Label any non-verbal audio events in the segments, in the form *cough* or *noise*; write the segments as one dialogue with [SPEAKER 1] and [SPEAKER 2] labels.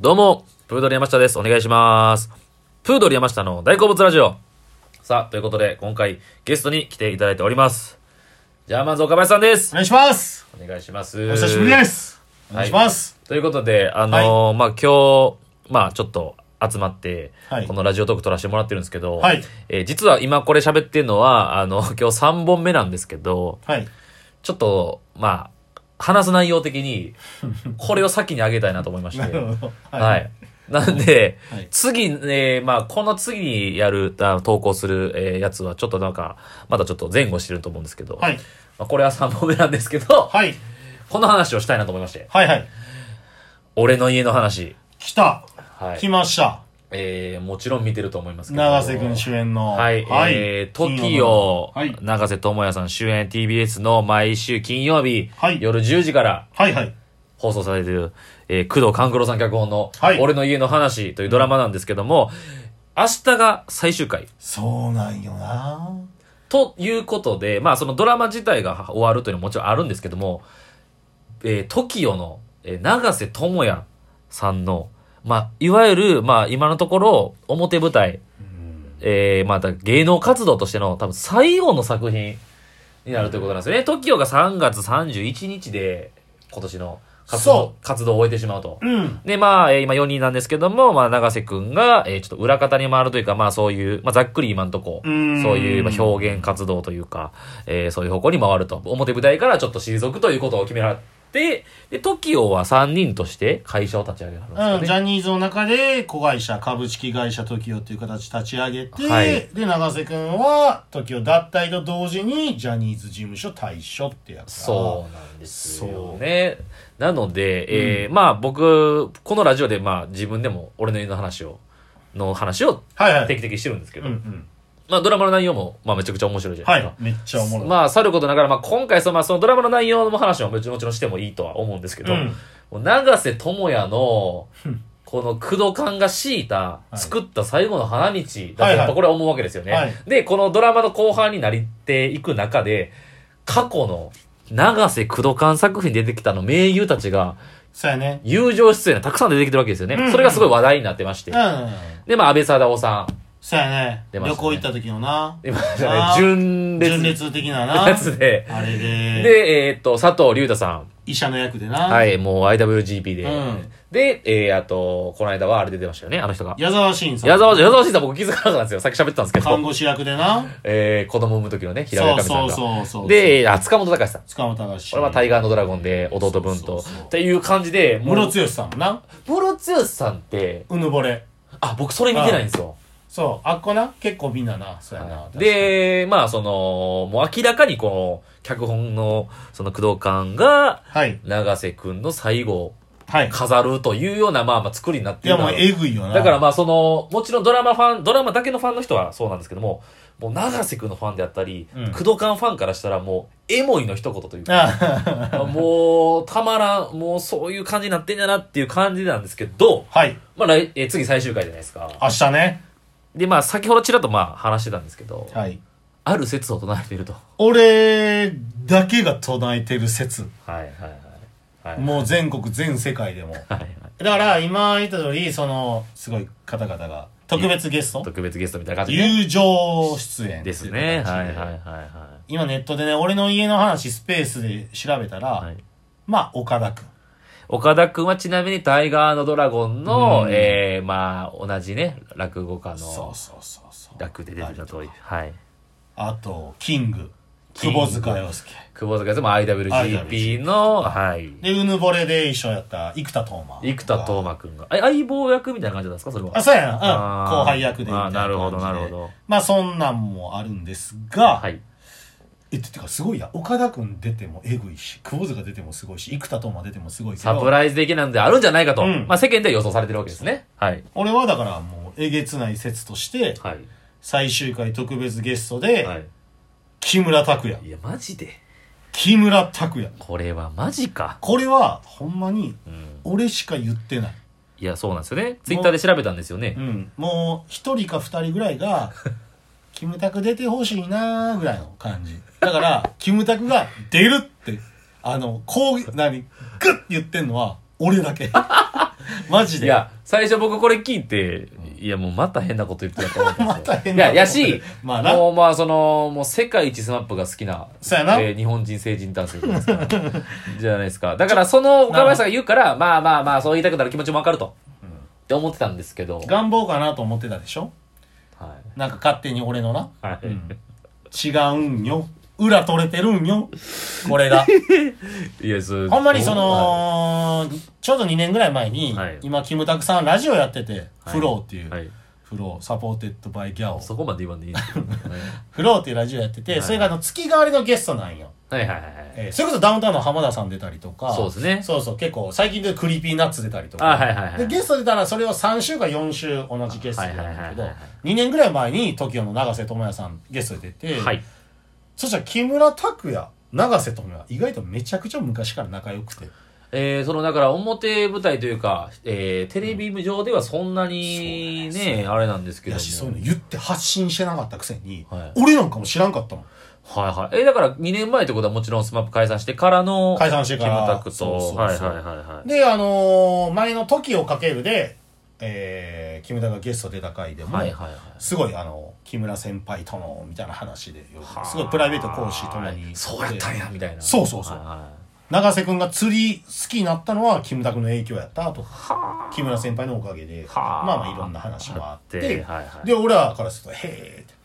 [SPEAKER 1] どうも、プードル山下です。お願いします。プードル山下の大好物ラジオ。さあ、ということで、今回ゲストに来ていただいております。じゃあ、まず岡林さんで
[SPEAKER 2] お
[SPEAKER 1] す。
[SPEAKER 2] 願いします
[SPEAKER 1] お願いします。
[SPEAKER 2] お久しぶりですお願いします、
[SPEAKER 1] ということで、あのーまあ、今日、まあ、ちょっと集まって、
[SPEAKER 2] はい
[SPEAKER 1] このラジオトーク撮らせてもらってるんですけど、
[SPEAKER 2] はい
[SPEAKER 1] えー実は今これ喋ってるのは、あの、今日3本目なんですけど、
[SPEAKER 2] はい
[SPEAKER 1] ちょっと、まあ、話す内容的に、これを先にあげたいなと思いま
[SPEAKER 2] *laughs*
[SPEAKER 1] し
[SPEAKER 2] な
[SPEAKER 1] て。
[SPEAKER 2] るほど
[SPEAKER 1] はい。なんで、
[SPEAKER 2] はい
[SPEAKER 1] 次、えーまあ、この次にやる、あ投稿する、えーやつは、ちょっとなんか、まだちょっと前後してると思うんですけど、
[SPEAKER 2] はい
[SPEAKER 1] まあ、これは3本目なんですけど、
[SPEAKER 2] はい
[SPEAKER 1] この話をしたいなと思いまして、
[SPEAKER 2] はいはい
[SPEAKER 1] 俺の家の話。
[SPEAKER 2] 来た、
[SPEAKER 1] はい
[SPEAKER 2] 来ました
[SPEAKER 1] えー、もちろん見てると思いますけど。
[SPEAKER 2] 永瀬君主演の
[SPEAKER 1] はい、えー、ト
[SPEAKER 2] 金
[SPEAKER 1] キオ
[SPEAKER 2] 曜の、はい
[SPEAKER 1] 永瀬智也さん主演 TBS の毎週金曜日、
[SPEAKER 2] はい
[SPEAKER 1] 夜10時から
[SPEAKER 2] はいはい
[SPEAKER 1] 放送されている、えー、工藤官九郎さん脚本の、
[SPEAKER 2] はい
[SPEAKER 1] 俺の家の話というドラマなんですけども、明日が最終回。
[SPEAKER 2] そうなんよな
[SPEAKER 1] ということで、まあそのドラマ自体が終わるというのももちろんあるんですけども、えー、TOKIO の、えー永瀬智也さんの、まあ、いわゆる、まあ今のところ表舞台、えー、また芸能活動としての多分最後の作品になるということなんですよね。TOKIO が3月31日で今年の活動
[SPEAKER 2] そ
[SPEAKER 1] 活動を終えてしまうと。
[SPEAKER 2] うん
[SPEAKER 1] で、まあ、えー今4人なんですけども、まあ、永瀬くんが、えーちょっと裏方に回るというか、まあ、そういう、まあ、ざっくり今んとこ、
[SPEAKER 2] う
[SPEAKER 1] そう
[SPEAKER 2] ーん
[SPEAKER 1] いうまあ表現活動というか、えーそういう方向に回ると。表舞台からちょっと退くということを決められて、で、TOKIO は3人として会社を立ち上げられるんです
[SPEAKER 2] う
[SPEAKER 1] か
[SPEAKER 2] ん、
[SPEAKER 1] ね。
[SPEAKER 2] ジャニーズの中で子会社株式会社 TOKIO っていう形立ち上げて、
[SPEAKER 1] はい
[SPEAKER 2] で永瀬君は TOKIO 脱退と同時にジャニーズ事務所退所ってやつ
[SPEAKER 1] そうなんですよ
[SPEAKER 2] そう
[SPEAKER 1] ね。なので、えーまあ僕、このラジオでまあ自分でも俺の家の話を、の話を
[SPEAKER 2] うはいはい
[SPEAKER 1] 定期的にしてるんですけ
[SPEAKER 2] うん
[SPEAKER 1] ど、
[SPEAKER 2] うん
[SPEAKER 1] まあドラマの内容もまあめちゃくちゃ面白いじゃな
[SPEAKER 2] はい
[SPEAKER 1] です
[SPEAKER 2] い
[SPEAKER 1] か。
[SPEAKER 2] めっちゃおもろい、
[SPEAKER 1] まあ、さることながら、まあ、今回その、まあ、そのドラマの内容の話はもちろんもちろんしてもいいとは思うんですけど、
[SPEAKER 2] うん
[SPEAKER 1] もう永瀬智也の、この工藤勘が敷いた、
[SPEAKER 2] い
[SPEAKER 1] 作った最後の花道だと
[SPEAKER 2] はいはい
[SPEAKER 1] やっぱこれは思うわけですよね。
[SPEAKER 2] はい
[SPEAKER 1] で、このドラマの後半になりていく中で、過去の永瀬工藤勘作品に出てきたあの名優たちが、
[SPEAKER 2] そうやね
[SPEAKER 1] 友情出演がたくさん出てきてるわけですよね。
[SPEAKER 2] うんうん
[SPEAKER 1] それがすごい話題になってまして。
[SPEAKER 2] うん
[SPEAKER 1] で、まあ、安倍貞夫さん。
[SPEAKER 2] そうやね。
[SPEAKER 1] 出ま
[SPEAKER 2] 旅
[SPEAKER 1] したね
[SPEAKER 2] 行行った時のな。
[SPEAKER 1] 今、ね
[SPEAKER 2] あ、ー
[SPEAKER 1] *laughs* 純烈。
[SPEAKER 2] 純烈的なな。
[SPEAKER 1] やつ *laughs* で。
[SPEAKER 2] あれで、
[SPEAKER 1] で、えーっと、佐藤隆太さん。
[SPEAKER 2] 医者の役でな。
[SPEAKER 1] はい、もう IWGP で。
[SPEAKER 2] うん
[SPEAKER 1] で、えー、あと、この間はあれで出てましたよね、あの人が。
[SPEAKER 2] 矢沢慎さん。
[SPEAKER 1] 矢沢、矢沢慎さん僕気づかなかったんですよ。さっき喋ってたんですけ
[SPEAKER 2] 看
[SPEAKER 1] ど。
[SPEAKER 2] 護師役でな。
[SPEAKER 1] えー、子供産む時のね、平
[SPEAKER 2] そ
[SPEAKER 1] 岡
[SPEAKER 2] う
[SPEAKER 1] 美さん
[SPEAKER 2] そう
[SPEAKER 1] が。
[SPEAKER 2] そうそう。、
[SPEAKER 1] で、えーあ、塚本隆さん。
[SPEAKER 2] 塚本隆。
[SPEAKER 1] これはタイガーのドラゴンで、弟分と。
[SPEAKER 2] そうそうそう
[SPEAKER 1] っていう感じで、
[SPEAKER 2] ムロツヨシさんもな。
[SPEAKER 1] ムロツヨシさんって、
[SPEAKER 2] うぬぼれ。
[SPEAKER 1] あ、僕それ見てないんですよ。
[SPEAKER 2] そう。あっこな。結構みんなな。そうやな。
[SPEAKER 1] で、まあ、その、もう明らかにこの、脚本の、その工藤官が、
[SPEAKER 2] はい。
[SPEAKER 1] 永瀬くんの最後を
[SPEAKER 2] はい。
[SPEAKER 1] 飾るというような、まあまあ作りになっ
[SPEAKER 2] い
[SPEAKER 1] て
[SPEAKER 2] や
[SPEAKER 1] るな
[SPEAKER 2] もうえぐいよな。
[SPEAKER 1] だからまあその、もちろんドラマファン、ドラマだけのファンの人はそうなんですけども、もう永瀬くんのファンであったり、
[SPEAKER 2] うん
[SPEAKER 1] 工藤官ファンからしたらもう、エモいの一言
[SPEAKER 2] *laughs*
[SPEAKER 1] というか、
[SPEAKER 2] あ。
[SPEAKER 1] もう、たまらん、もうそういう感じになってんだなっていう感じなんですけど、
[SPEAKER 2] はい。
[SPEAKER 1] まあ来、えー次最終回じゃないですか。
[SPEAKER 2] 明日ね。
[SPEAKER 1] で、まあ先ほどちらっとまあ話してたんですけど、
[SPEAKER 2] はい。
[SPEAKER 1] ある説を唱えていると。
[SPEAKER 2] 俺だけが唱えてる説。
[SPEAKER 1] はいはいはい。はい
[SPEAKER 2] もう全国全世界でも。
[SPEAKER 1] はいはい
[SPEAKER 2] だから今言った通り、その、すごい方々が、特別ゲスト
[SPEAKER 1] 特別ゲストみたいな感じで、
[SPEAKER 2] 友情出演。
[SPEAKER 1] ですね。
[SPEAKER 2] っていう
[SPEAKER 1] はいは
[SPEAKER 2] 形で
[SPEAKER 1] いはいは
[SPEAKER 2] 今ネットでね、俺の家の話スペースで調べたら、
[SPEAKER 1] い。はい
[SPEAKER 2] まあ、岡田くん。
[SPEAKER 1] 岡田くんはちなみにタイガーのドラゴンの、
[SPEAKER 2] うん
[SPEAKER 1] ええまあ、同じね、落語家
[SPEAKER 2] そ
[SPEAKER 1] の
[SPEAKER 2] う、そうそうそう。
[SPEAKER 1] 落で出てた通り。はい。
[SPEAKER 2] あと、キング。
[SPEAKER 1] キン
[SPEAKER 2] 久
[SPEAKER 1] グ
[SPEAKER 2] 保塚洋介。
[SPEAKER 1] 久保塚さんも IWGP の、はい。
[SPEAKER 2] で、うぬぼれで一緒やった、生田斗真。
[SPEAKER 1] 生田斗
[SPEAKER 2] 真。
[SPEAKER 1] 真くんが。え、相棒役みたいな感じなんですかそれは。
[SPEAKER 2] あ、そうやな。うん。
[SPEAKER 1] あー
[SPEAKER 2] 後輩役でみたいな感じで。
[SPEAKER 1] あーなるほどなるほど。
[SPEAKER 2] まあ、そんなんもあるんですが、
[SPEAKER 1] はい。
[SPEAKER 2] え、ってかすごいや。岡田くん出てもえぐいし、久保塚出てもすごいし、生田斗真出てもすごいけ
[SPEAKER 1] サ
[SPEAKER 2] ど
[SPEAKER 1] プライズ的なんであるんじゃないかと。
[SPEAKER 2] うん
[SPEAKER 1] まあ、世間では予想されてるわけですね。はい。
[SPEAKER 2] 俺はだからもう、えげつない説として、
[SPEAKER 1] はい。
[SPEAKER 2] 最終回特別ゲストで、
[SPEAKER 1] はい。
[SPEAKER 2] 木村拓哉。
[SPEAKER 1] いや、マジで。
[SPEAKER 2] 木村拓哉。
[SPEAKER 1] これはマジか。
[SPEAKER 2] これは、ほんまに、
[SPEAKER 1] うん。
[SPEAKER 2] 俺しか言ってない。
[SPEAKER 1] いや、そうなんですよね。ツイッターで調べたんですよね
[SPEAKER 2] う。ん。もう、一人か二人ぐらいが、 *laughs* キムタク出てほしいなーぐらいの感じ。だから、キムタクが出
[SPEAKER 1] *laughs*
[SPEAKER 2] るって、あの、こう、何、グッて言ってんのは、俺だけ。マジ
[SPEAKER 1] い
[SPEAKER 2] で。
[SPEAKER 1] や、最初僕これ聞いて、いやもうまた変なこと言ってると思ったん
[SPEAKER 2] *laughs*
[SPEAKER 1] ですよ。
[SPEAKER 2] また変
[SPEAKER 1] い
[SPEAKER 2] な
[SPEAKER 1] や、
[SPEAKER 2] こと
[SPEAKER 1] やし、
[SPEAKER 2] まあな。
[SPEAKER 1] もうまあその、もう世界一スマップが好きな、
[SPEAKER 2] そうやな
[SPEAKER 1] えー日本人成人男性じゃないですか。 *laughs* じゃないですか。だからその岡林さんが言うから、まあまあまあ、そう言いたくなる気持ちもわかると、って思ってたんですけど、
[SPEAKER 2] 願望かなと思ってたでしょ
[SPEAKER 1] は
[SPEAKER 2] なんか勝手に俺のな。
[SPEAKER 1] い。はい。
[SPEAKER 2] 違うんよ。裏取れてるんよ。これが。
[SPEAKER 1] *laughs* いや、そう
[SPEAKER 2] ほんまにそ、の、ちょうど2年ぐらい前に、
[SPEAKER 1] はい
[SPEAKER 2] 今、キムタクさんラジオやってて、フローっていう、
[SPEAKER 1] はいはい。
[SPEAKER 2] フロー、サポーテッドバイギャオ。
[SPEAKER 1] そこまで言わんでいいんですけ
[SPEAKER 2] *laughs*
[SPEAKER 1] どね
[SPEAKER 2] フローっていうラジオやってて、
[SPEAKER 1] はい
[SPEAKER 2] それがあの月替わりのゲストなんよ。
[SPEAKER 1] はいはいはいはい。
[SPEAKER 2] えーそれこそダウンタウンの浜田さん出たりとか、
[SPEAKER 1] そうですね
[SPEAKER 2] そうそう、結構、最近でクリーピーナッツ出たりとか。
[SPEAKER 1] あ、はいはいはい。
[SPEAKER 2] で、ゲスト出たらそれを3週か4週同じゲストなんだけど
[SPEAKER 1] はいはいはいはいはい、
[SPEAKER 2] 2年ぐらい前に TOKIO の永瀬智也さんゲストで出て、
[SPEAKER 1] はい。
[SPEAKER 2] そしたら木村拓哉、永瀬智也、意外とめちゃくちゃ昔から仲良くて。
[SPEAKER 1] えー、そのだから表舞台というか、えー、テレビ上ではそんなに
[SPEAKER 2] そうなん
[SPEAKER 1] ね、あれなんですけど
[SPEAKER 2] いや
[SPEAKER 1] も
[SPEAKER 2] し、そういうの言って発信してなかったくせに、
[SPEAKER 1] はい
[SPEAKER 2] 俺なんかも知らんかったもん。
[SPEAKER 1] はいはいえーだから2年前ってことはもちろんスマップ解散してからの
[SPEAKER 2] 解散してから
[SPEAKER 1] キムタクと
[SPEAKER 2] そうそうそう
[SPEAKER 1] はいはいはいはい
[SPEAKER 2] で、あのー前の TOKIO かけるで、えー、木村がゲスト出た回でも、
[SPEAKER 1] はいはいはい
[SPEAKER 2] すごいあの木村先輩とのみたいな話で
[SPEAKER 1] はあ
[SPEAKER 2] すごいプライベート講師とも
[SPEAKER 1] はい
[SPEAKER 2] に
[SPEAKER 1] そうやったんやみたいな
[SPEAKER 2] そうそうそう
[SPEAKER 1] はいは
[SPEAKER 2] 永瀬君が釣り好きになったのはキムタクの影響やったと木村先輩のおかげで
[SPEAKER 1] はあ
[SPEAKER 2] まあまあいろんな話もあって
[SPEAKER 1] ではいはい
[SPEAKER 2] で俺らからすると「へえ」って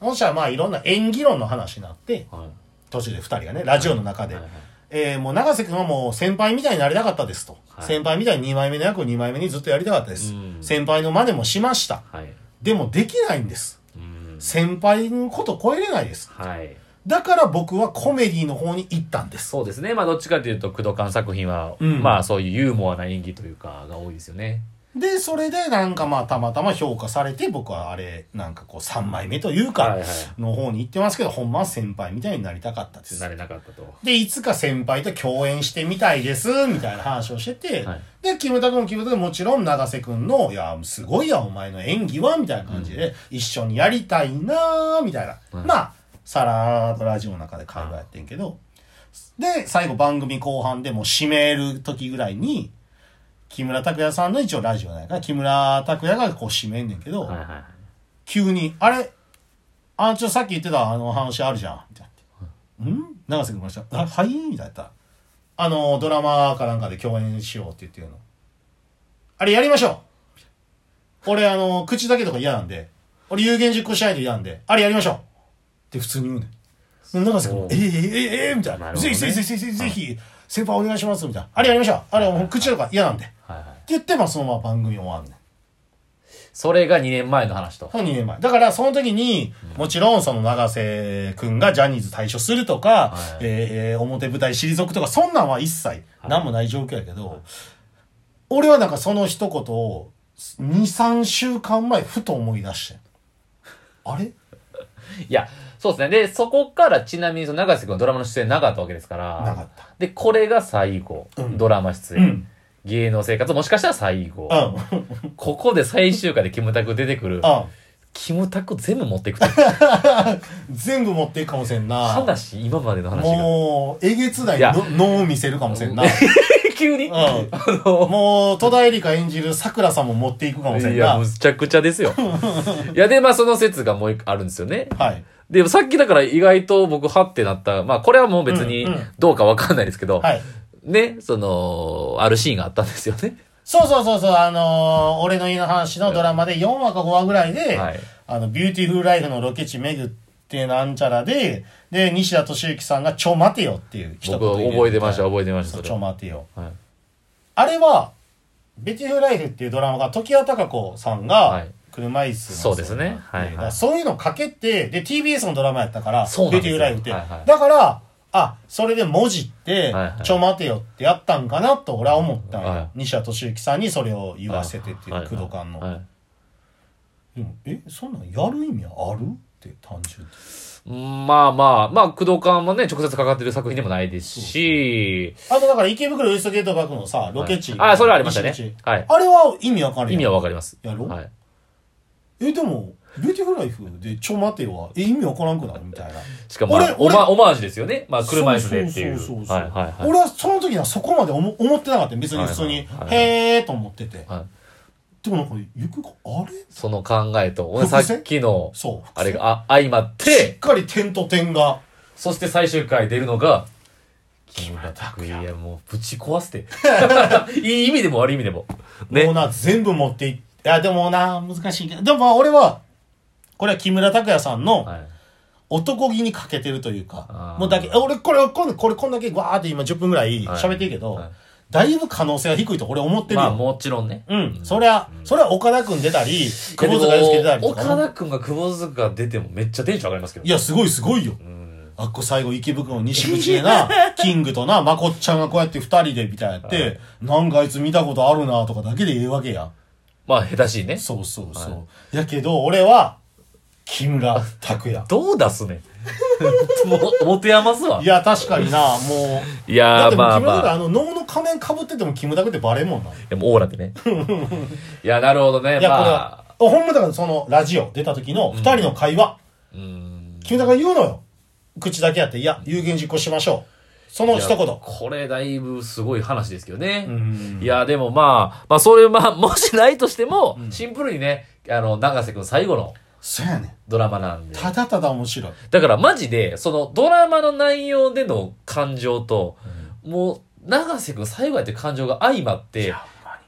[SPEAKER 2] もしたらまあいろんな演技論の話になって
[SPEAKER 1] いはい
[SPEAKER 2] 途中で2人がねラジオの中で
[SPEAKER 1] はいはい
[SPEAKER 2] 「えーもう永瀬君はもう先輩みたいになりたかったです」と「
[SPEAKER 1] はい
[SPEAKER 2] 先輩みたいに2枚目の役を2枚目にずっとやりたかったです
[SPEAKER 1] うん」
[SPEAKER 2] 「先輩の真似もしました」
[SPEAKER 1] はい
[SPEAKER 2] でもできないんです。
[SPEAKER 1] うん
[SPEAKER 2] 先輩のこと超えれないです。
[SPEAKER 1] はい
[SPEAKER 2] だから僕はコメディの方に行ったんです。
[SPEAKER 1] そうですねまあどっちかというと工藤館作品は、
[SPEAKER 2] うん
[SPEAKER 1] まあそういうユーモアな演技というかが多いですよね
[SPEAKER 2] で、それでなんかまあたまたま評価されて僕はあれ、なんかこう3枚目という
[SPEAKER 1] は
[SPEAKER 2] か
[SPEAKER 1] いは、
[SPEAKER 2] の方に行ってますけど、ほんまは先輩みたいになりたかったで
[SPEAKER 1] 慣
[SPEAKER 2] す。
[SPEAKER 1] れなかったと
[SPEAKER 2] で、いつか先輩と共演してみたいです、みたいな話をしてて、
[SPEAKER 1] はい
[SPEAKER 2] で、キムタクもキムタクももちろん永瀬くんの、いや、すごいや、お前の演技は、みたいな感じで、一緒にやりたいなーみたいな。
[SPEAKER 1] はい
[SPEAKER 2] まあ、さらーっとラジオの中で会話やってんけど、で、最後番組後半でもう締める時ぐらいに、木村拓哉さんの一応ラジオなんやから、木村拓哉がこう締めんねんけど、
[SPEAKER 1] はいはいはい
[SPEAKER 2] 急に、あれあ、ちょ、さっき言ってたあの話あるじゃん。みたいな。ん長瀬君からしたら、あ、はいみたいなやったら。あの、ドラマかなんかで共演しようって言ってるの。あれやりましょう俺、あの、口だけとか嫌なんで、俺有言実行しないと嫌なんで、あれやりましょうって普通に言うねん。長瀬君
[SPEAKER 1] おう、
[SPEAKER 2] ええええええみたい
[SPEAKER 1] な
[SPEAKER 2] な。
[SPEAKER 1] るほど
[SPEAKER 2] ぜ
[SPEAKER 1] ね
[SPEAKER 2] ひぜひぜひぜひぜひ、先輩お願いしますみたいな。あれやりましょうあれ、もう口とか嫌なんで。って
[SPEAKER 1] はいはい
[SPEAKER 2] 言って、まあそのまま番組終わんねん。
[SPEAKER 1] それが2年前の話と。
[SPEAKER 2] 2年前。だから、その時に、もちろん、その、長瀬くんがジャニーズ退所するとか、
[SPEAKER 1] はい
[SPEAKER 2] えーえー表舞台退くとか、そんなんは一切、
[SPEAKER 1] い
[SPEAKER 2] なんもない状況やけど、俺はなんかその一言を、2、3週間前、ふと思い出して。あれ
[SPEAKER 1] いや、そうですね。で、そこからちなみにその永瀬君のドラマの出演なかったわけですから。
[SPEAKER 2] なかった。
[SPEAKER 1] で、これが最後。
[SPEAKER 2] うん
[SPEAKER 1] ドラマ出
[SPEAKER 2] う
[SPEAKER 1] 演、
[SPEAKER 2] ん。
[SPEAKER 1] 芸能生活もしかしたら最後。
[SPEAKER 2] うん。
[SPEAKER 1] ここで最終回でキムタク出てくる。
[SPEAKER 2] うん。
[SPEAKER 1] キムタク全部持っていくと。
[SPEAKER 2] 全部持っていくかもしれんな。
[SPEAKER 1] 話、今までの話が。
[SPEAKER 2] もう、えげつない
[SPEAKER 1] いや
[SPEAKER 2] の脳を見せるかもしれんな。
[SPEAKER 1] *laughs* 急に、あ
[SPEAKER 2] うん。
[SPEAKER 1] の、
[SPEAKER 2] もう、戸田恵梨香演じる桜さんも持っていくかもしれん
[SPEAKER 1] いや、
[SPEAKER 2] な
[SPEAKER 1] む。ちゃくちゃですよ。いや、で、まあ、その説がもう一個あるんですよね。
[SPEAKER 2] はい。
[SPEAKER 1] で、さっきだから意外と僕、はってなった。まあ、これはもう別に
[SPEAKER 2] うんうん
[SPEAKER 1] どうかわかんないですけど、
[SPEAKER 2] はい。
[SPEAKER 1] ね、その、あるシーンがあったんですよね。
[SPEAKER 2] そうそうそうそう、あのー俺の家の話のドラマで4話か5話ぐらいで、
[SPEAKER 1] はい
[SPEAKER 2] あの、ビューティフルライフのロケ地巡ってなんちゃらで、で、西田敏行さんがちょ待てよっていう
[SPEAKER 1] 僕覚えてました、
[SPEAKER 2] え
[SPEAKER 1] 覚えてました、そ
[SPEAKER 2] そう
[SPEAKER 1] れ
[SPEAKER 2] ちょ。待てよ。
[SPEAKER 1] はい
[SPEAKER 2] あれは、ビューティフルライフっていうドラマが、時矢貴子さん
[SPEAKER 1] は
[SPEAKER 2] が
[SPEAKER 1] い、
[SPEAKER 2] 車椅子の
[SPEAKER 1] そうですねはいはい
[SPEAKER 2] だからそういうのかけて、で、TBS のドラマやったから、
[SPEAKER 1] そうなん
[SPEAKER 2] ビュ
[SPEAKER 1] で
[SPEAKER 2] ー
[SPEAKER 1] す
[SPEAKER 2] ティ
[SPEAKER 1] よ
[SPEAKER 2] フルライフって。
[SPEAKER 1] はいはい
[SPEAKER 2] だから、あ、それで文字って、
[SPEAKER 1] はいはい
[SPEAKER 2] ちょ待てよってやったんかなと俺は思ったんよ、
[SPEAKER 1] はい
[SPEAKER 2] 西田敏行さんにそれを言わせてっていう、
[SPEAKER 1] はい
[SPEAKER 2] 工藤館の。
[SPEAKER 1] はい
[SPEAKER 2] でも、え、そんなんやる意味あるって単純に
[SPEAKER 1] まあまあ、まあ、工藤館もね、直接かかってる作品でもないですし、
[SPEAKER 2] あとだから池袋ウエストゲートバックのさ、ロケ地。
[SPEAKER 1] はいあそれありましたね
[SPEAKER 2] 西口
[SPEAKER 1] はい
[SPEAKER 2] あれは意味わかるやん
[SPEAKER 1] 意味はわかります。
[SPEAKER 2] やろ
[SPEAKER 1] はい。
[SPEAKER 2] え、でも、ビューティフルライフで、ちょ待てよは、え、意味わからんくなるみたいな。
[SPEAKER 1] しかも、まあ
[SPEAKER 2] 俺
[SPEAKER 1] オマオマージュですよね。まあ、車椅子でっていう。
[SPEAKER 2] そうそうそうそう
[SPEAKER 1] はいはいはい。
[SPEAKER 2] 俺はその時にはそこまで思思ってなかったよ別に普通
[SPEAKER 1] はい
[SPEAKER 2] に
[SPEAKER 1] はい、はい
[SPEAKER 2] へーと思ってて。
[SPEAKER 1] はい
[SPEAKER 2] でもなんか、ゆくゆく、あれ
[SPEAKER 1] その考えと、俺さっきの、
[SPEAKER 2] そう。
[SPEAKER 1] あれがあ相まっ
[SPEAKER 2] してっ、かり点と点が。
[SPEAKER 1] そして最終回出るのが、木
[SPEAKER 2] 村拓
[SPEAKER 1] いや、もう、ぶち壊すて。 *laughs* いい意味でも悪い意味でも。ね
[SPEAKER 2] もう。な、全部持っていいや、でもな、難しいけど。でもまあ俺は、これは木村拓哉さんの
[SPEAKER 1] はい
[SPEAKER 2] 男気に欠けてるというか
[SPEAKER 1] あ、ー
[SPEAKER 2] もうだけ、俺これ、今度、これこんだけわーって今10分ぐらい喋ってるけど、
[SPEAKER 1] はいはい
[SPEAKER 2] だいぶ可能性が低いと俺思ってる
[SPEAKER 1] まあ、
[SPEAKER 2] よ。
[SPEAKER 1] もちろんね。
[SPEAKER 2] うん、そりゃ、それは岡田くん出たり、久保
[SPEAKER 1] い
[SPEAKER 2] 塚
[SPEAKER 1] や
[SPEAKER 2] 洋介出た
[SPEAKER 1] で
[SPEAKER 2] り
[SPEAKER 1] も
[SPEAKER 2] とか
[SPEAKER 1] 岡
[SPEAKER 2] も。
[SPEAKER 1] 田くんが久保塚出てもめっちゃテンション上がりますけど。
[SPEAKER 2] いや、、すごいすごいよ。
[SPEAKER 1] うん。
[SPEAKER 2] あっこ最後、池袋の西口で
[SPEAKER 1] *laughs*
[SPEAKER 2] な、キングとな、まこっちゃんがこうやって二人でみたいなやって、なんかあいつ見たことあるなとかだけでええわけやん。
[SPEAKER 1] まあ、下手しいね。
[SPEAKER 2] そうそうそう。
[SPEAKER 1] は。
[SPEAKER 2] やけど、俺は、木村拓哉
[SPEAKER 1] *laughs* どう出すねん *laughs* も持て余すわ。
[SPEAKER 2] い
[SPEAKER 1] いや、
[SPEAKER 2] や、確かにな、もう。だってもう
[SPEAKER 1] まあま
[SPEAKER 2] 木村拓
[SPEAKER 1] あ
[SPEAKER 2] 哉、。あの、脳の仮面被ってても木村拓哉ってバレんもんな。い
[SPEAKER 1] でもオーラでね。 *laughs* いや、なるほどね。
[SPEAKER 2] や、これ
[SPEAKER 1] まあ
[SPEAKER 2] は、、ほんまだからその、ラジオ出た時の二人の会話、
[SPEAKER 1] うーん。
[SPEAKER 2] 木村拓哉言うのよ。口だけやって、いや、有言実行しましょう。その一
[SPEAKER 1] い
[SPEAKER 2] 言
[SPEAKER 1] や。これだいぶすごい話ですけどね。
[SPEAKER 2] うん
[SPEAKER 1] いや、でもまあ、まあそういう、まあ、 *laughs* もしないとしても、シンプルにね、あの、長瀬くん最後の
[SPEAKER 2] そうやねん。
[SPEAKER 1] ドラマなんで。
[SPEAKER 2] ただただ面白い。
[SPEAKER 1] だからマジで、そのドラマの内容での感情と、もう、長瀬くん最後やって感情が相まって、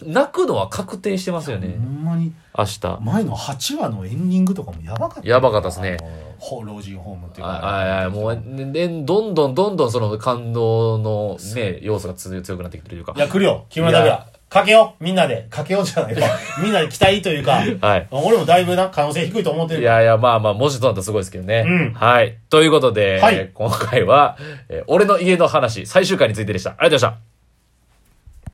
[SPEAKER 1] 泣くのは確定してますよ
[SPEAKER 2] ほ
[SPEAKER 1] ね。
[SPEAKER 2] んまに、
[SPEAKER 1] 明日。
[SPEAKER 2] 前の8話のエンディングとかもやばかった。
[SPEAKER 1] やばかったですね。
[SPEAKER 2] あの。ほ老人ホームっていうか。
[SPEAKER 1] はいはいはい、もう、ね、ねどんどんどんどんその感動のね、要素がつ強くなってきてるというか
[SPEAKER 2] い。や、来るよ。木村拓
[SPEAKER 1] い
[SPEAKER 2] 哉
[SPEAKER 1] や。
[SPEAKER 2] かけよう。みんなで。かけようじゃないか。みんなで期待というか。
[SPEAKER 1] *laughs* はい。
[SPEAKER 2] 俺もだいぶな、可能性低いと思って
[SPEAKER 1] い
[SPEAKER 2] る。
[SPEAKER 1] やいや、まあまあ、もしそうだったらすごいですけどね。
[SPEAKER 2] うん
[SPEAKER 1] はい。ということで、
[SPEAKER 2] はい
[SPEAKER 1] えー今回は、えー俺の家の話、最終回についてでした。ありがとうございました。